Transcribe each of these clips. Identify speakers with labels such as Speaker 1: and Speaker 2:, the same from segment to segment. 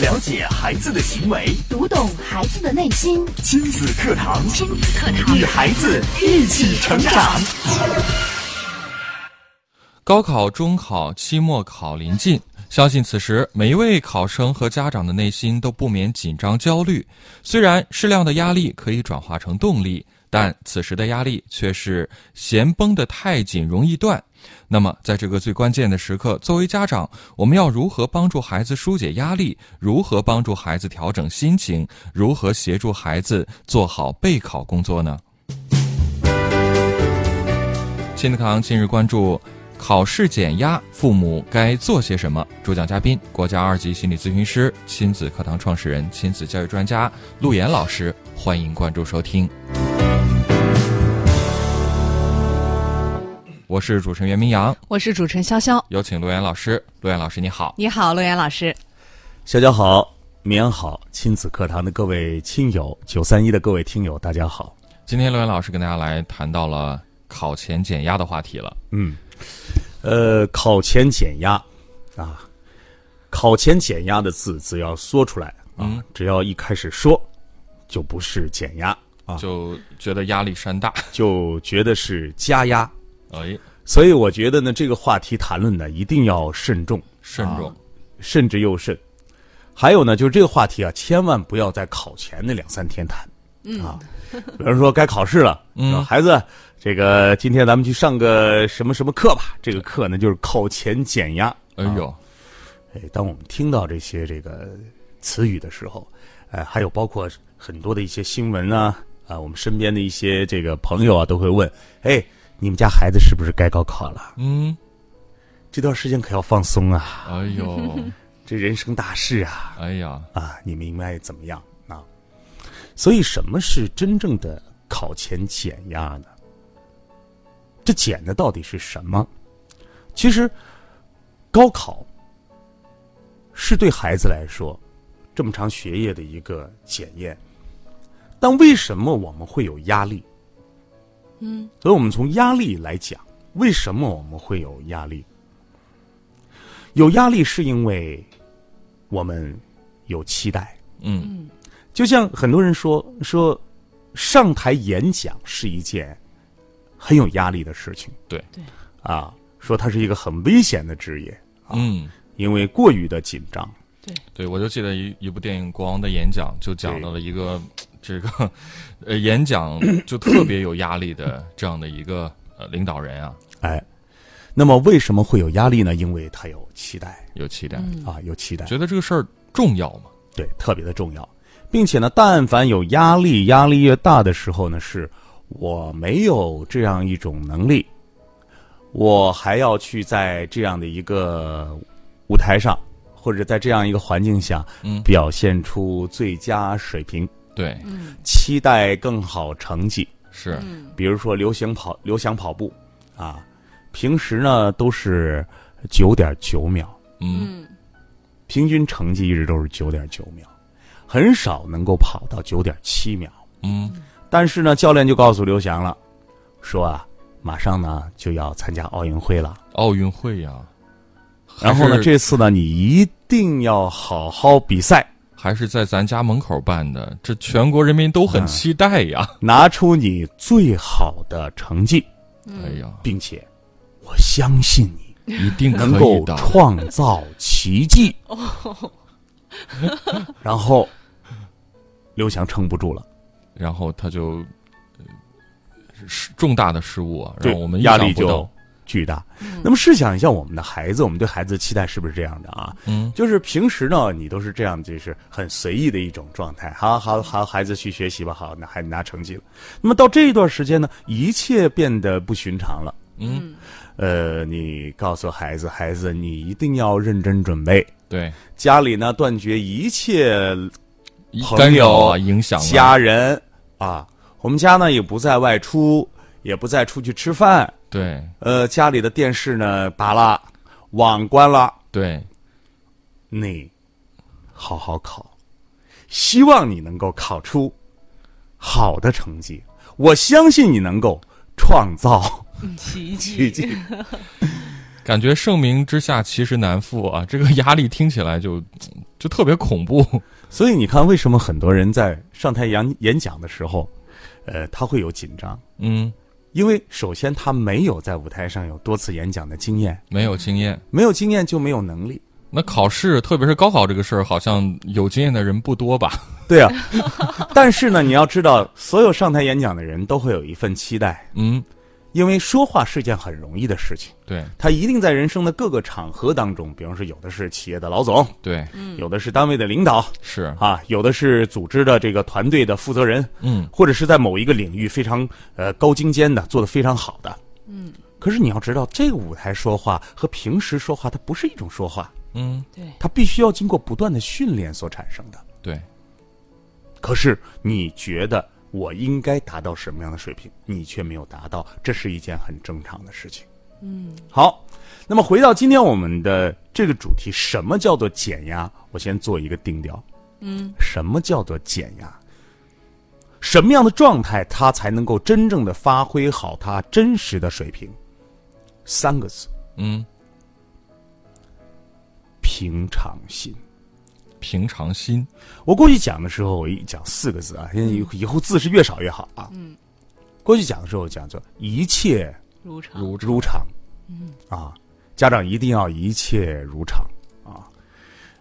Speaker 1: 了解孩子的行为，
Speaker 2: 读懂孩子的内心。
Speaker 1: 亲子课堂，
Speaker 2: 亲子课堂
Speaker 1: 与孩子一起成长。
Speaker 3: 高考、中考、期末考临近，相信此时每一位考生和家长的内心都不免紧张焦虑。虽然适量的压力可以转化成动力，但此时的压力却是弦绷得太紧，容易断。那么，在这个最关键的时刻，作为家长，我们要如何帮助孩子疏解压力？如何帮助孩子调整心情？如何协助孩子做好备考工作呢？亲子课堂近日关注考试减压，父母该做些什么？主讲嘉宾：国家二级心理咨询师、亲子课堂创始人、亲子教育专家陆岩老师。欢迎关注收听。我是主持人袁明阳，
Speaker 4: 我是主持人潇潇。
Speaker 3: 有请陆岩老师。陆岩老师，你好。
Speaker 4: 你好，陆岩老师。
Speaker 5: 小家好，绵阳好，亲子课堂的各位亲友，九三一的各位听友，大家好。
Speaker 3: 今天陆岩老师跟大家来谈到了考前减压的话题了。
Speaker 5: 嗯，呃，考前减压啊，考前减压的字只要说出来啊，
Speaker 3: 嗯
Speaker 5: 只要一开始说，就不是减压，
Speaker 3: 就觉得压力山大。
Speaker 5: 就觉得是加压。
Speaker 3: 哎，
Speaker 5: 所以我觉得呢，这个话题谈论呢，一定要慎重，
Speaker 3: 慎重。
Speaker 5: 慎之又慎。还有呢，就是这个话题啊，千万不要在考前那两三天谈。嗯啊，比方说该考试了，
Speaker 3: 嗯
Speaker 5: 说孩子，这个今天咱们去上个什么什么课吧。这个课呢，就是考前减压。
Speaker 3: 哎呦，
Speaker 5: 哎，当我们听到这些这个词语的时候，呃，还有包括很多的一些新闻啊，啊，我们身边的一些这个朋友啊，都会问，哎，你们家孩子是不是该高考了？
Speaker 3: 嗯，
Speaker 5: 这段时间可要放松啊，
Speaker 3: 哎呦，
Speaker 5: 这人生大事啊。
Speaker 3: 哎呀，
Speaker 5: 啊，你们应该怎么样啊？所以，什么是真正的考前减压呢？这减的到底是什么？其实，高考是对孩子来说这么长学业的一个检验，但为什么我们会有压力？嗯，所以我们从压力来讲，为什么我们会有压力？有压力是因为我们有期待。
Speaker 3: 嗯
Speaker 5: 就像很多人说说，上台演讲是一件很有压力的事情。
Speaker 3: 对
Speaker 4: 对，
Speaker 5: 啊，说它是一个很危险的职业，
Speaker 3: 嗯，
Speaker 5: 因为过于的紧张。
Speaker 3: 对，我就记得一一部电影《国王的演讲》，就讲到了一个 这个呃演讲就特别有压力 的这样的一个呃领导人啊，
Speaker 5: 哎，那么为什么会有压力呢？因为他有期待
Speaker 3: 有期待，
Speaker 4: 嗯
Speaker 5: 啊，有期待，
Speaker 3: 觉得这个事儿重要吗？
Speaker 5: 对，特别的重要。并且呢，但凡有压力，压力越大的时候呢，是我没有这样一种能力，我还要去在这样的一个舞台上，或者在这样一个环境下，
Speaker 3: 嗯
Speaker 5: 表现出最佳水平，
Speaker 3: 对，
Speaker 5: 期待更好成绩。
Speaker 3: 是，
Speaker 5: 比如说流行跑、刘翔跑步，啊，平时呢都是九点九秒，
Speaker 3: 嗯，
Speaker 4: 嗯
Speaker 5: 平均成绩一直都是九点九秒，很少能够跑到九点七秒。
Speaker 3: 嗯，
Speaker 5: 但是呢，教练就告诉刘翔了，说啊，马上呢就要参加奥运会了，
Speaker 3: 奥运会呀，还
Speaker 5: 然后呢，
Speaker 3: 是
Speaker 5: 这次呢你一定要好好比赛，
Speaker 3: 还是在咱家门口办的，这全国人民都很期待呀，
Speaker 5: 拿出你最好的成绩，
Speaker 3: 哎呀，
Speaker 5: 并且我相信你
Speaker 3: 一定可
Speaker 5: 能够
Speaker 3: 以的，
Speaker 5: 创造奇迹。
Speaker 3: 哦
Speaker 5: 然后，刘翔撑不住了，
Speaker 3: 然后他就呃是重大的失误啊，
Speaker 5: 对
Speaker 3: 让我们意
Speaker 5: 压
Speaker 3: 想
Speaker 5: 力
Speaker 3: 不
Speaker 5: 就
Speaker 3: 到。
Speaker 5: 巨大。那么试想一下，我们的孩子，我们对孩子的期待是不是这样的啊？
Speaker 3: 嗯，
Speaker 5: 就是平时呢，你都是这样，就是很随意的一种状态。好好好，孩子去学习吧，好，那孩子拿成绩了。那么到这一段时间呢，一切变得不寻常了。
Speaker 3: 嗯，
Speaker 5: 呃，你告诉孩子，孩子，你一定要认真准备。
Speaker 3: 对，
Speaker 5: 家里呢，断绝一切
Speaker 3: 一
Speaker 5: 朋
Speaker 3: 干扰
Speaker 5: 友
Speaker 3: 啊，影响啊
Speaker 5: 家人啊。我们家呢，也不再外出，也不再出去吃饭。
Speaker 3: 对
Speaker 5: 呃，家里的电视呢，拔了，网关了。
Speaker 3: 对，
Speaker 5: 你好好考，希望你能够考出好的成绩。我相信你能够创造
Speaker 4: 奇
Speaker 5: 奇
Speaker 4: 迹
Speaker 5: 迹。
Speaker 3: 感觉盛名之下其实难副啊，这个压力听起来就就特别恐怖。
Speaker 5: 所以你看，为什么很多人在上台演演讲的时候，呃，他会有紧张？
Speaker 3: 嗯，
Speaker 5: 因为首先他没有在舞台上有多次演讲的经验，
Speaker 3: 没有经验。
Speaker 5: 没有经验就没有能力。
Speaker 3: 那考试，特别是高考这个事儿，好像有经验的人不多吧？
Speaker 5: 对啊，但是呢，你要知道，所有上台演讲的人都会有一份期待，
Speaker 3: 嗯，
Speaker 5: 因为说话是件很容易的事情，
Speaker 3: 对
Speaker 5: 他一定在人生的各个场合当中，比方说有的是企业的老总，
Speaker 3: 对，
Speaker 5: 有的是单位的领导
Speaker 3: 是，
Speaker 5: 啊，有的是组织的这个团队的负责人，
Speaker 3: 嗯，
Speaker 5: 或者是在某一个领域非常呃高精尖的，做得非常好的。嗯，可是你要知道，这个舞台说话和平时说话它不是一种说话，
Speaker 3: 嗯，
Speaker 5: 它必须要经过不断的训练所产生的。
Speaker 3: 对，
Speaker 5: 可是你觉得我应该达到什么样的水平，你却没有达到，这是一件很正常的事情。嗯，好，那么回到今天我们的这个主题，什么叫做减压？我先做一个定调。嗯，什么叫做减压？什么样的状态，他才能够真正的发挥好他真实的水平？三个字：
Speaker 3: 嗯，
Speaker 5: 平常心。
Speaker 3: 平常心，
Speaker 5: 我过去讲的时候，我一讲四个字啊，现在以以后字是越少越好啊。嗯，过去讲的时候我讲说一切
Speaker 4: 如常
Speaker 3: 如
Speaker 5: 如常，嗯啊，家长一定要一切如常啊，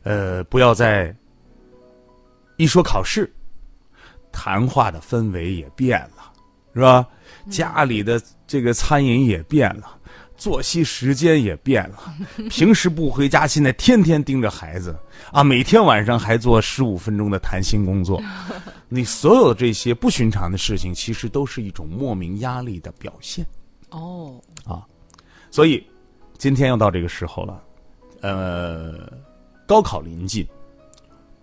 Speaker 5: 呃，不要再一说考试，谈话的氛围也变了，是吧？家里的这个餐饮也变了，作息时间也变了，平时不回家，现在天天盯着孩子啊，每天晚上还做十五分钟的谈心工作，你所有这些不寻常的事情，其实都是一种莫名压力的表现。
Speaker 4: 哦，
Speaker 5: 所以今天又到这个时候了，呃，高考临近，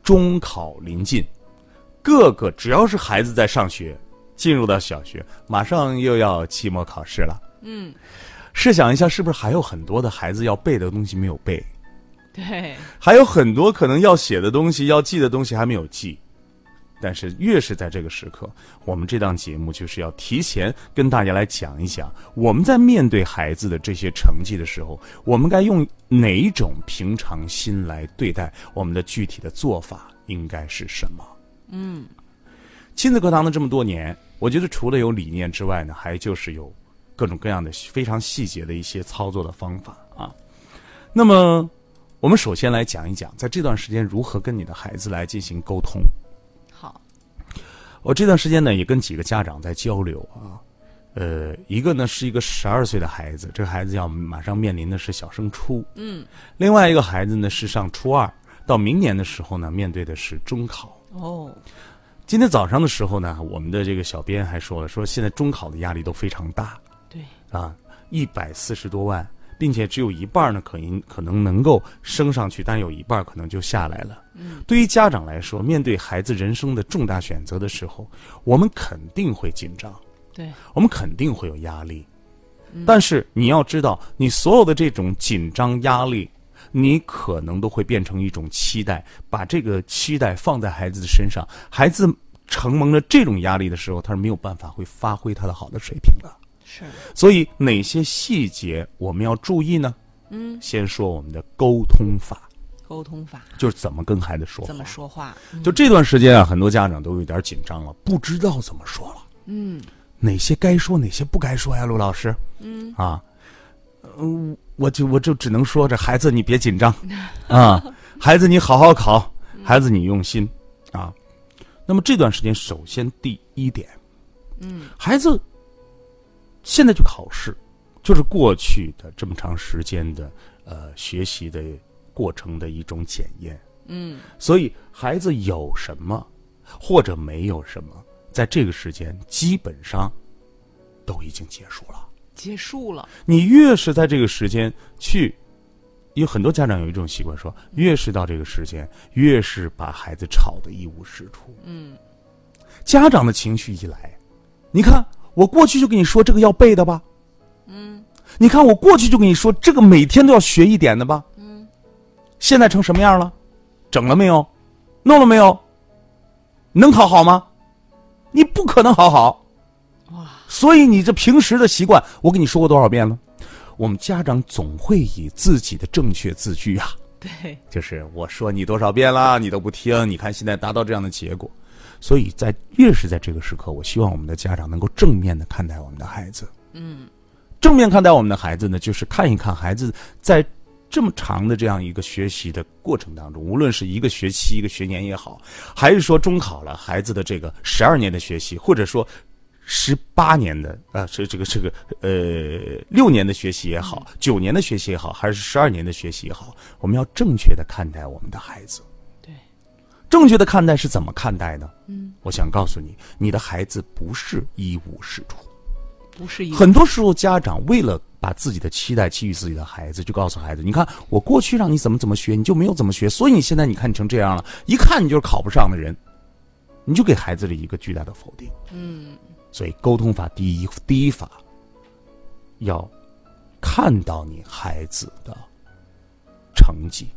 Speaker 5: 中考临近，各个只要是孩子在上学，进入到小学，马上又要期末考试了。
Speaker 4: 嗯，
Speaker 5: 试想一下，是不是还有很多的孩子要背的东西没有背，
Speaker 4: 对，
Speaker 5: 还有很多可能要写的东西、要记的东西还没有记？但是越是在这个时刻，我们这档节目就是要提前跟大家来讲一讲，我们在面对孩子的这些成绩的时候，我们该用哪一种平常心来对待，我们的具体的做法应该是什么？嗯，亲子课堂的这么多年，我觉得除了有理念之外呢，还就是有各种各样的非常细节的一些操作的方法啊。那么，我们首先来讲一讲，在这段时间如何跟你的孩子来进行沟通。
Speaker 4: 好，
Speaker 5: 我这段时间呢，也跟几个家长在交流啊。呃，一个呢是一个十二岁的孩子，这个孩子要马上面临的是小升初，嗯。另外一个孩子呢是上初二，到明年的时候呢，面对的是中考。
Speaker 4: 哦，
Speaker 5: 今天早上的时候呢，我们的这个小编还说了，说现在中考的压力都非常大
Speaker 4: 对，
Speaker 5: 啊，一百四十多万，并且只有一半呢可能可能能够升上去，但有一半可能就下来了。嗯，对于家长来说，面对孩子人生的重大选择的时候，我们肯定会紧张，
Speaker 4: 对，
Speaker 5: 我们肯定会有压力。
Speaker 4: 嗯
Speaker 5: 但是你要知道，你所有的这种紧张压力，你可能都会变成一种期待，把这个期待放在孩子的身上，孩子承蒙了这种压力的时候，他是没有办法会发挥他的好的水平的。
Speaker 4: 是，
Speaker 5: 所以哪些细节我们要注意呢？嗯，先说我们的沟通法，
Speaker 4: 沟通法
Speaker 5: 就是怎么跟孩子说话。
Speaker 4: 怎么说话？
Speaker 5: 就这段时间啊，很多家长都有点紧张了，不知道怎么说了。嗯，哪些该说，哪些不该说呀，陆老师？嗯啊，嗯，我就我就只能说，这孩子你别紧张啊，孩子你好好考，孩子你用心啊。那么这段时间，首先第一点，嗯，孩子现在去考试，就是过去的这么长时间的呃学习的过程的一种检验。所以孩子有什么，或者没有什么，在这个时间基本上都已经结束了。
Speaker 4: 结束了，
Speaker 5: 你越是在这个时间去，有很多家长有一种习惯说，越是到这个时间，越是把孩子吵得一无是处。嗯，家长的情绪一来，你看我过去就跟你说这个要背的吧，嗯，你看我过去就跟你说这个每天都要学一点的吧，嗯，现在成什么样了？整了没有？弄了没有？能考好吗？你不可能好好。所以你这平时的习惯，我跟你说过多少遍了？我们家长总会以自己的正确自居啊，
Speaker 4: 对，
Speaker 5: 就是我说你多少遍啦，你都不听，你看现在达到这样的结果。所以在越是在这个时刻，我希望我们的家长能够正面的看待我们的孩子。嗯，正面看待我们的孩子呢，就是看一看孩子在这么长的这样一个学习的过程当中，无论是一个学期、一个学年也好，还是说中考了孩子的这个十二年的学习，或者说十八年的啊，这这个这个呃六年的学习也好，九年的学习也好，还是十二年的学习也好，我们要正确的看待我们的孩子。
Speaker 4: 对，
Speaker 5: 正确的看待是怎么看待呢？嗯，我想告诉你，你的孩子不是一无是处。
Speaker 4: 不是一个
Speaker 5: 很多时候，家长为了把自己的期待给予自己的孩子，就告诉孩子：“你看，我过去让你怎么怎么学，你就没有怎么学，所以你现在你看你成这样了，一看你就是考不上的人。”你就给孩子了一个巨大的否定。嗯，所以沟通法第一第一法，要看到你孩子的成绩，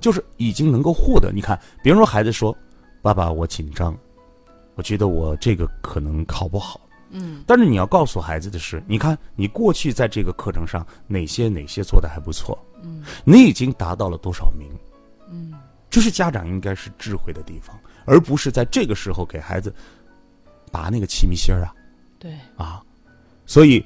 Speaker 5: 就是已经能够获得。你看，比如说孩子说：“爸爸，我紧张，我觉得我这个可能考不好。”但是你要告诉孩子的是，你看你过去在这个课程上哪些哪些做的还不错，嗯，你已经达到了多少名，嗯，这是家长应该是智慧的地方，而不是在这个时候给孩子拔那个气密芯儿啊，
Speaker 4: 对，
Speaker 5: 啊，所以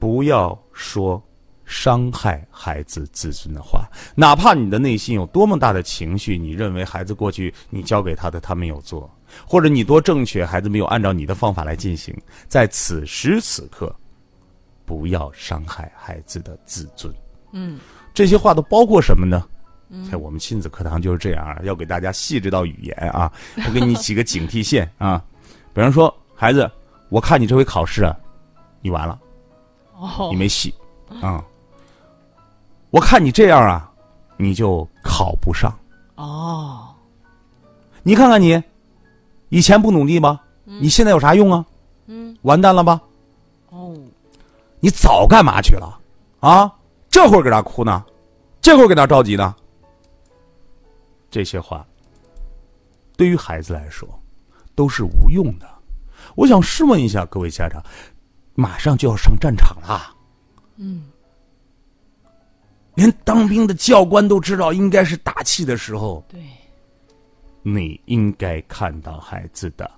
Speaker 5: 不要说伤害孩子自尊的话，哪怕你的内心有多么大的情绪，你认为孩子过去你教给他的他没有做，或者你多正确，孩子没有按照你的方法来进行，在此时此刻，不要伤害孩子的自尊。
Speaker 4: 嗯，
Speaker 5: 这些话都包括什么呢？哎，我们亲子课堂就是这样啊，要给大家细致到语言啊。 我给你几个警惕线啊，比方说，孩子，我看你这回考试啊，你完了，
Speaker 4: 哦
Speaker 5: 你，没戏啊、我看你这样啊，你就考不上。
Speaker 4: 哦，
Speaker 5: 你看看你，以前不努力吗？你现在有啥用啊？嗯，完蛋了吧？
Speaker 4: 哦，
Speaker 5: 你早干嘛去了？啊，这会儿搁那哭呢，这会儿搁那着急呢。这些话对于孩子来说都是无用的。我想试问一下各位家长，马上就要上战场了，嗯，连当兵的教官都知道应该是打气的时候，
Speaker 4: 对，
Speaker 5: 你应该看到孩子的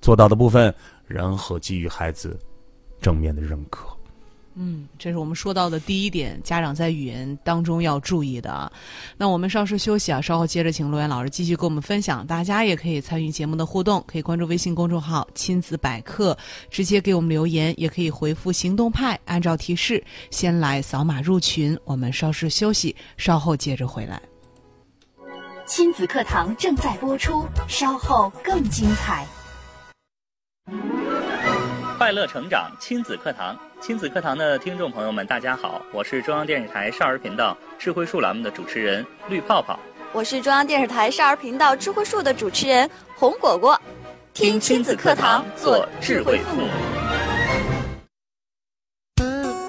Speaker 5: 做到的部分，然后给予孩子正面的认可。
Speaker 4: 嗯，这是我们说到的第一点，家长在语言当中要注意的啊。那我们稍事休息啊，稍后接着请罗源老师继续跟我们分享。大家也可以参与节目的互动，可以关注微信公众号“亲子百科”，直接给我们留言，也可以回复“行动派”，按照提示先来扫码入群。我们稍事休息，稍后接着回来。
Speaker 2: 亲子课堂正在播出，稍后更精彩。
Speaker 6: 快乐成长亲子课堂，亲子课堂的听众朋友们，大家好，我是中央电视台少儿频道智慧树栏目的主持人绿泡泡。
Speaker 7: 我是中央电视台少儿频道智慧树的主持人红果果，听亲子课堂，做智慧父母。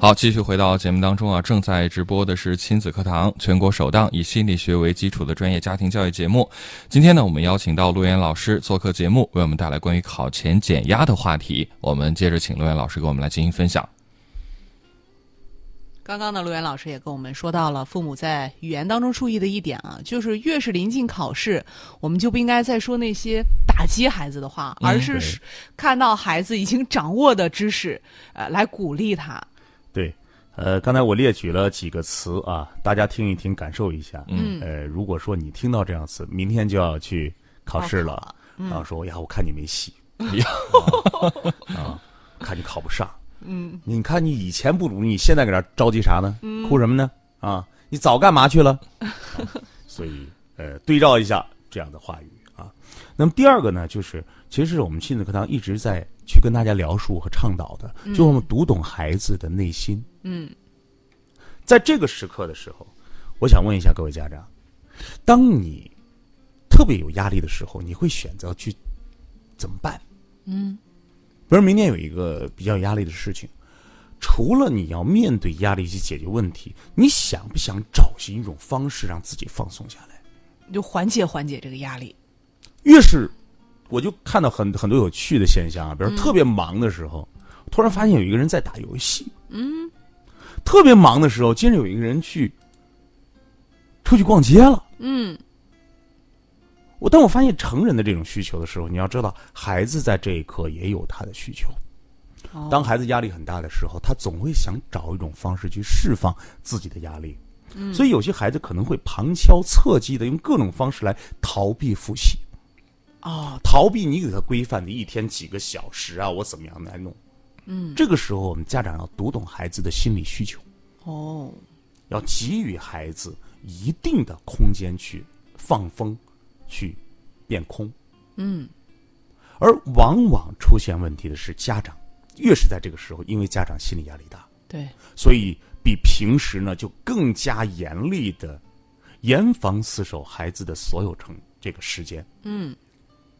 Speaker 3: 好，继续回到节目当中啊，正在直播的是亲子课堂全国首档以心理学为基础的专业家庭教育节目。今天呢，我们邀请到陆岩老师做客节目，为我们带来关于考前减压的话题。我们接着请陆岩老师给我们来进行分享。
Speaker 4: 刚刚呢，陆源老师也跟我们说到了，父母在语言当中注意的一点啊，就是越是临近考试，我们就不应该再说那些打击孩子的话，
Speaker 3: 嗯
Speaker 4: 而
Speaker 3: 对
Speaker 4: 是是看到孩子已经掌握的知识，呃，来鼓励他。
Speaker 5: 对，呃，刚才我列举了几个词啊，大家听一听，感受一下。
Speaker 4: 嗯
Speaker 5: 呃，如果说你听到这样词，明天就要去考试
Speaker 4: 报考
Speaker 5: 了，嗯然后说哎呀，我看你没戏，
Speaker 3: 呀
Speaker 5: 啊啊，看你考不上。嗯，你看你以前不努力，你现在搁这儿着急啥呢？哭什么呢？啊，你早干嘛去 了？啊所以，呃，对照一下这样的话语啊。那么第二个呢，就是其实我们亲子课堂一直在去跟大家聊述和倡导的，就是我们读懂孩子的内心。在这个时刻的时候，我想问一下各位家长，当你特别有压力的时候，你会选择去怎么办？
Speaker 4: 嗯，
Speaker 5: 比如明天有一个比较有压力的事情，除了你要面对压力去解决问题，你想不想找寻一种方式让自己放松下来？
Speaker 4: 就缓解缓解这个压力。
Speaker 5: 越是我就看到很很多有趣的现象啊，
Speaker 4: 嗯
Speaker 5: 比如特别忙的时候，突然发现有一个人在打游戏，嗯，特别忙的时候，接着有一个人去出去逛街了，
Speaker 4: 嗯，
Speaker 5: 我当我发现成人的这种需求的时候，你要知道，孩子在这一刻也有他的需求。
Speaker 4: 哦
Speaker 5: 当孩子压力很大的时候，他总会想找一种方式去释放自己的压力。
Speaker 4: 嗯
Speaker 5: 所以有些孩子可能会旁敲侧击的用各种方式来逃避复习，
Speaker 4: 哦，
Speaker 5: 逃避你给他规范的一天几个小时啊，我怎么样来弄。嗯，这个时候我们家长要读懂孩子的心理需求，
Speaker 4: 哦，
Speaker 5: 要给予孩子一定的空间去放风，去变空。
Speaker 4: 嗯，
Speaker 5: 而往往出现问题的是家长，越是在这个时候，因为家长心理压力大，
Speaker 4: 对，
Speaker 5: 所以比平时呢就更加严厉的严防死守孩子的所有成这个时间。
Speaker 4: 嗯，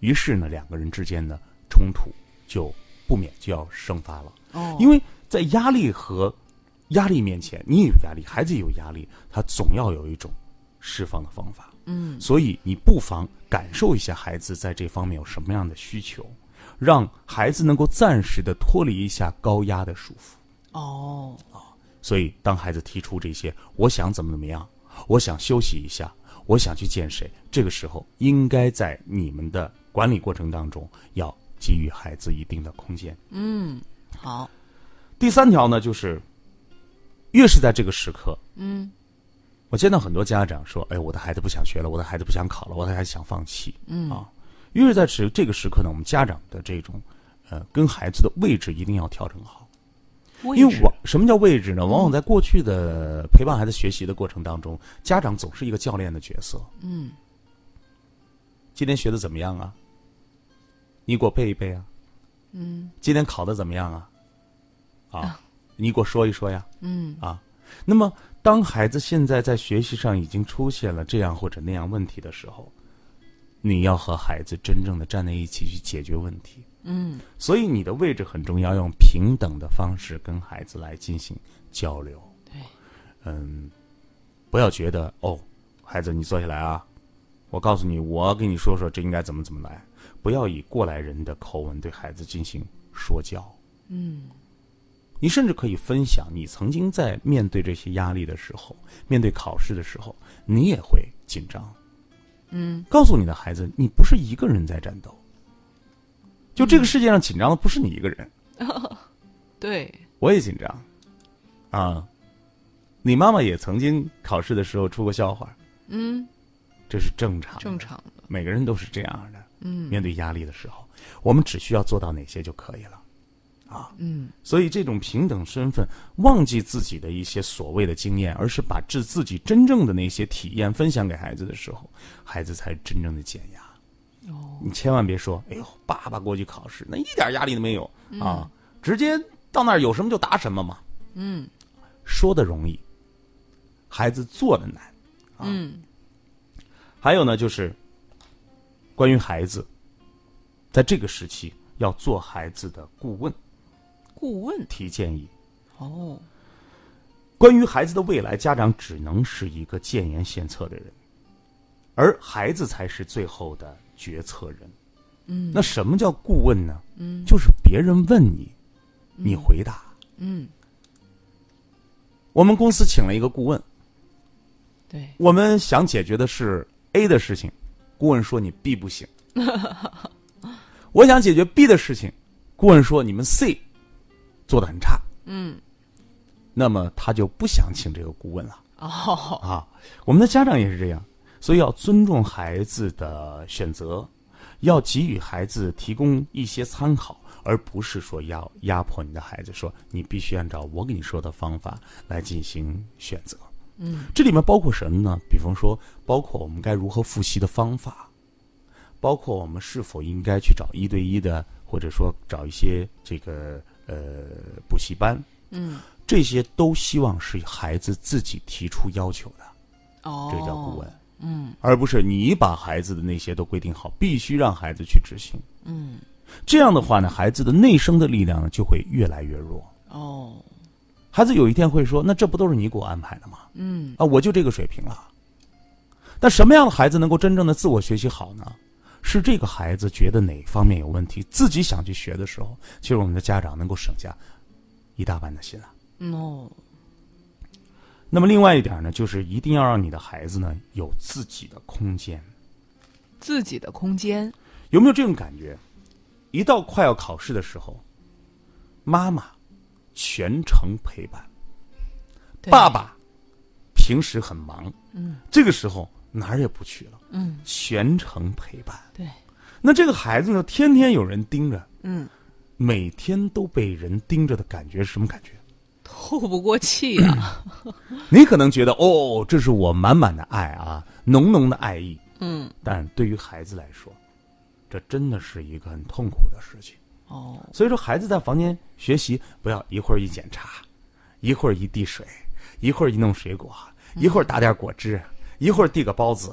Speaker 5: 于是呢，两个人之间的冲突就不免就要生发了，
Speaker 4: 哦，
Speaker 5: 因
Speaker 4: 为
Speaker 5: 为在压力和压力面前，你也有压力，孩子也有压力，他总要有一种释放的方法。
Speaker 4: 嗯
Speaker 5: 所以你不妨感受一下孩子在这方面有什么样的需求，让孩子能够暂时的脱离一下高压的束缚。
Speaker 4: 哦，
Speaker 5: 所以，当孩子提出这些“我想怎么怎么样”，“我想休息一下”，“我想去见谁”，这个时候应该在你们的管理过程当中要给予孩子一定的空间。
Speaker 4: 嗯，好，
Speaker 5: 第三条呢，就是越是在这个时刻，
Speaker 4: 嗯
Speaker 5: 我见到很多家长说：“哎，我的孩子不想学了，我的孩子不想考了，我的孩子想放弃。”
Speaker 4: 嗯
Speaker 5: 啊，越是在时这个时刻呢，我们家长的这种呃跟孩子的位置一定要调整好。
Speaker 4: 位
Speaker 5: 因为
Speaker 4: 置嗯
Speaker 5: 往什么叫位置呢？往往在过去的陪伴孩子学习的过程当中，家长总是一个教练的角色。
Speaker 4: 嗯，
Speaker 5: 今天学的怎么样啊？你给我背一背啊。嗯。今天考的怎么样啊？啊，你给我说一说呀。
Speaker 4: 嗯
Speaker 5: 啊，那么当孩子现在在学习上已经出现了这样或者那样问题的时候，你要和孩子真正的站在一起去解决问题。
Speaker 4: 嗯，
Speaker 5: 所以你的位置很重要，用平等的方式跟孩子来进行交流。
Speaker 4: 对，
Speaker 5: 嗯，不要觉得哦，孩子你坐下来啊，我告诉你，我跟你说说这应该怎么怎么来，不要以过来人的口吻对孩子进行说教。
Speaker 4: 嗯，
Speaker 5: 你甚至可以分享你曾经在面对这些压力的时候，面对考试的时候，你也会紧张。
Speaker 4: 嗯，
Speaker 5: 告诉你的孩子，你不是一个人在战斗。就
Speaker 4: 嗯
Speaker 5: 这个世界上紧张的不是你一个人，
Speaker 4: 对，
Speaker 5: 我也紧张，啊，你妈妈也曾经考试的时候出过笑话，
Speaker 4: 嗯，
Speaker 5: 这是正常的，
Speaker 4: 正常的，
Speaker 5: 每个人都是这样的。
Speaker 4: 嗯
Speaker 5: 面对压力的时候，我们只需要做到哪些就可以了。啊
Speaker 4: 嗯，
Speaker 5: 所以，这种平等身份，忘记自己的一些所谓的经验，而是把自自己真正的那些体验分享给孩子的时候，孩子才真正的减压。
Speaker 4: 哦，
Speaker 5: 你千万别说，哎呦，爸爸过去考试，那一点压力都没有啊，直接到那儿有什么就答什么嘛。
Speaker 4: 嗯
Speaker 5: 说的容易，孩子做的难。啊
Speaker 4: 嗯，
Speaker 5: 还有呢，就是关于孩子，在这个时期要做孩子的顾问，
Speaker 4: 顾问，
Speaker 5: 提建议。
Speaker 4: 哦，
Speaker 5: 关于孩子的未来，家长只能是一个建言献策的人，而孩子才是最后的决策人。嗯，那什么叫顾问呢？嗯，就是别人问你，你回答。
Speaker 4: 嗯，
Speaker 5: 我们公司请了一个顾问，
Speaker 4: 对，
Speaker 5: 我们想解决的是 A 的事情，顾问说你 B 不行。 我想解决 B 的事情，顾问说你们 C 做的很差。
Speaker 4: 嗯，
Speaker 5: 那么他就不想请这个顾问了
Speaker 4: 哦，
Speaker 5: 啊。我们的家长也是这样，所以要尊重孩子的选择，要给予孩子提供一些参考，而不是说要压迫你的孩子，说你必须按照我给你说的方法来进行选择。
Speaker 4: 嗯
Speaker 5: 这里面包括什么呢？比方说，包括我们该如何复习的方法，包括我们是否应该去找一对一的，或者说找一些这个呃补习班，
Speaker 4: 嗯，
Speaker 5: 这些都希望是孩子自己提出要求的，
Speaker 4: 哦，
Speaker 5: 这个叫顾问。
Speaker 4: 嗯
Speaker 5: 而不是你把孩子的那些都规定好，必须让孩子去执行。
Speaker 4: 嗯，
Speaker 5: 这样的话呢，孩子的内生的力量呢就会越来越弱。
Speaker 4: 哦，
Speaker 5: 孩子有一天会说：“那这不都是你给我安排的吗？
Speaker 4: 嗯
Speaker 5: 啊，我就这个水平了。”但什么样的孩子能够真正的自我学习好呢？是这个孩子觉得哪方面有问题，自己想去学的时候，其实我们的家长能够省下一大半的心啊。
Speaker 4: 嗯哦，
Speaker 5: 那么另外一点呢，就是一定要让你的孩子呢有自己的空间。
Speaker 4: 自己的空间，
Speaker 5: 有没有这种感觉？一到快要考试的时候，妈妈全程陪伴，
Speaker 4: 对
Speaker 5: 爸，爸平时很忙，嗯，这个时候哪儿也不去了，
Speaker 4: 嗯，
Speaker 5: 全程陪伴。
Speaker 4: 对，
Speaker 5: 那这个孩子呢，天天有人盯着，
Speaker 4: 嗯，
Speaker 5: 每天都被人盯着的感觉是什么感觉？
Speaker 4: 透不过气啊呀、
Speaker 5: 你可能觉得哦，这是我满满的爱啊，浓浓的爱意，
Speaker 4: 嗯，
Speaker 5: 但对于孩子来说，这真的是一个很痛苦的事情。
Speaker 4: 哦，
Speaker 5: 所以说，孩子在房间学习，不要一会儿一检查，一会儿一递水，一会儿一弄水果，一会儿打点果汁，一会儿递个包 子。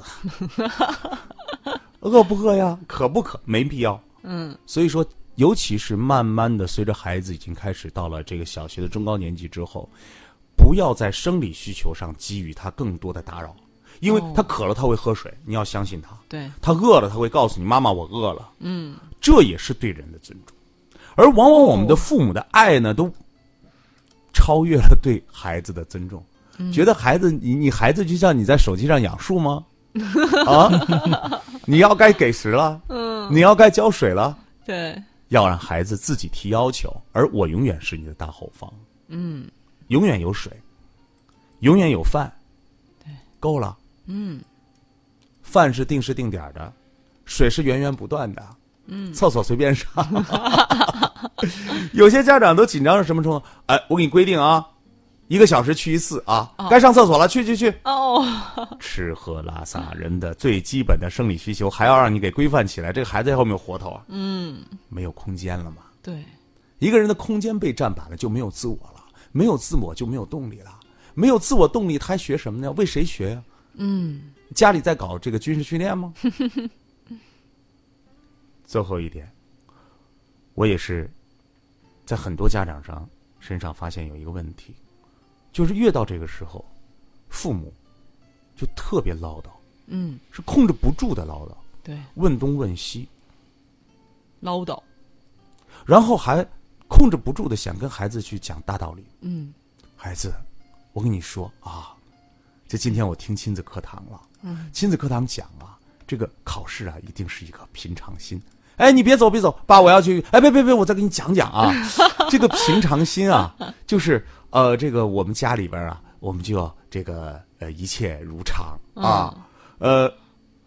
Speaker 5: 饿不饿呀？渴不渴？没必要。
Speaker 4: 嗯，
Speaker 5: 所以说，尤其是慢慢的，随着孩子已经开始到了这个小学的中高年级之后，不要在生理需求上给予他更多的打扰，因为
Speaker 4: 哦
Speaker 5: 他渴了他会喝水，你要相信他。
Speaker 4: 对，
Speaker 5: 他饿了，他会告诉你：“妈妈，我饿了。”
Speaker 4: 嗯，
Speaker 5: 这也是对人的尊重。而往往我们的父母的爱呢，都超越了对孩子的尊重，
Speaker 4: 嗯
Speaker 5: 觉得孩子，你你孩子就像你在手机上养树吗？ 啊，你要该给食了，嗯，你要该浇水了，
Speaker 4: 对，
Speaker 5: 要让孩子自己提要求，而我永远是你的大后方，
Speaker 4: 嗯，
Speaker 5: 永远有水，永远有饭，够了。
Speaker 4: 嗯，
Speaker 5: 饭是定时定点儿的，水是源源不断的，嗯，厕所随便上。 有些家长都紧张到什么程度？哎，我给你规定啊，一个小时去一次啊，该上厕所了，去去去。
Speaker 4: 哦，
Speaker 5: 吃喝拉撒，人的最基本的生理需求还要让你给规范起来，这个孩子还有没有活头啊？
Speaker 4: 嗯，
Speaker 5: 没有空间了嘛。
Speaker 4: 对，
Speaker 5: 一个人的空间被占满了，就没有自我了，没有自我就没有动力了，没有自我动力，他还学什么呢？为谁学呀、
Speaker 4: 嗯，
Speaker 5: 家里在搞这个军事训练吗？ 最后一点，我也是在很多家长上身上发现有一个问题，就是越到这个时候，父母就特别唠叨，
Speaker 4: 嗯，
Speaker 5: 是控制不住的唠叨，
Speaker 4: 对，
Speaker 5: 问东问西，
Speaker 4: 唠叨，
Speaker 5: 然后还控制不住的想跟孩子去讲大道理。
Speaker 4: 嗯，
Speaker 5: 孩子，我跟你说啊，这今天我听亲子课堂了，嗯，亲子课堂讲啊，这个考试啊，一定是一个平常心。哎，你别走，别走，爸，我要去。哎，别别别，我再给你讲讲啊，这个平常心啊，就是呃，这个我们家里边啊，我们就要这个呃，一切如常啊，呃。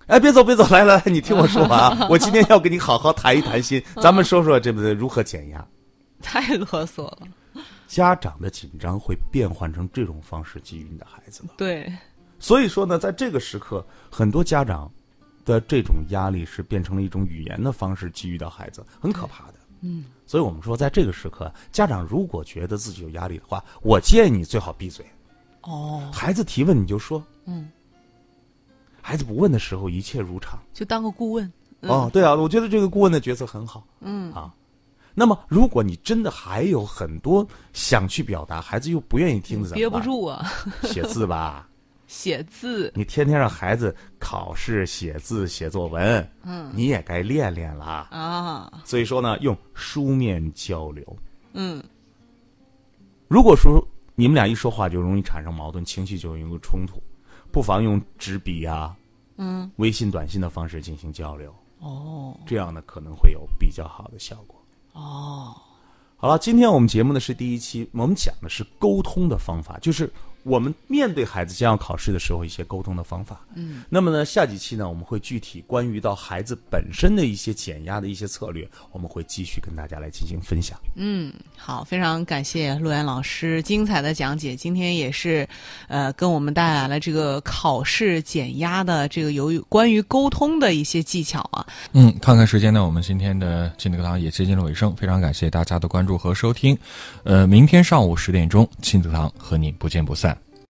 Speaker 5: 哎，别走，别走，来来来，你听我说完啊！我今天要跟你好好谈一谈心，咱们说说这个如何减压。
Speaker 4: 太啰嗦了，
Speaker 5: 家长的紧张会变换成这种方式给予你的孩子的。
Speaker 4: 对，
Speaker 5: 所以说呢，在这个时刻，很多家长的这种压力是变成了一种语言的方式给予到孩子，很可怕的。
Speaker 4: 嗯，
Speaker 5: 所以我们说，在这个时刻，家长如果觉得自己有压力的话，我建议你最好闭嘴。
Speaker 4: 哦，
Speaker 5: 孩子提问你就说，
Speaker 4: 嗯，
Speaker 5: 孩子不问的时候一切如常。
Speaker 4: 就当个顾问，嗯、
Speaker 5: 哦，，对啊，我觉得这个顾问的角色很好。
Speaker 4: 嗯
Speaker 5: 啊，那么如果你真的还有很多想去表达，孩子又不愿意听的，怎么
Speaker 4: 憋不
Speaker 5: 办，
Speaker 4: 住啊，
Speaker 5: 写字吧。
Speaker 4: 写字，
Speaker 5: 你天天让孩子考试、写字、写作文，嗯，你也该练练了啊。
Speaker 4: 啊，
Speaker 5: 所以说呢，用书面交流。
Speaker 4: 嗯，
Speaker 5: 如果说你们俩一说话就容易产生矛盾，情绪就容易冲突，不妨用纸笔啊、
Speaker 4: 嗯，
Speaker 5: 微信、短信的方式进行交流，
Speaker 4: 哦，
Speaker 5: 这样呢可能会有比较好的效果。
Speaker 4: 哦，
Speaker 5: 好了，今天我们节目呢是第一期，我们讲的是沟通的方法，就是我们面对孩子将要考试的时候一些沟通的方法。嗯，那么呢，下几期呢我们会具体关于到孩子本身的一些减压的一些策略，我们会继续跟大家来进行分享。
Speaker 4: 嗯，好，非常感谢陆岩老师精彩的讲解。今天也是，呃，跟我们带来了这个考试减压的这个由于关于沟通的一些技巧啊。
Speaker 3: 嗯，看看时间呢，我们今天的亲子课堂也接近了尾声，非常感谢大家的关注和收听。呃，明天上午十点钟，亲子课堂和你不见不散。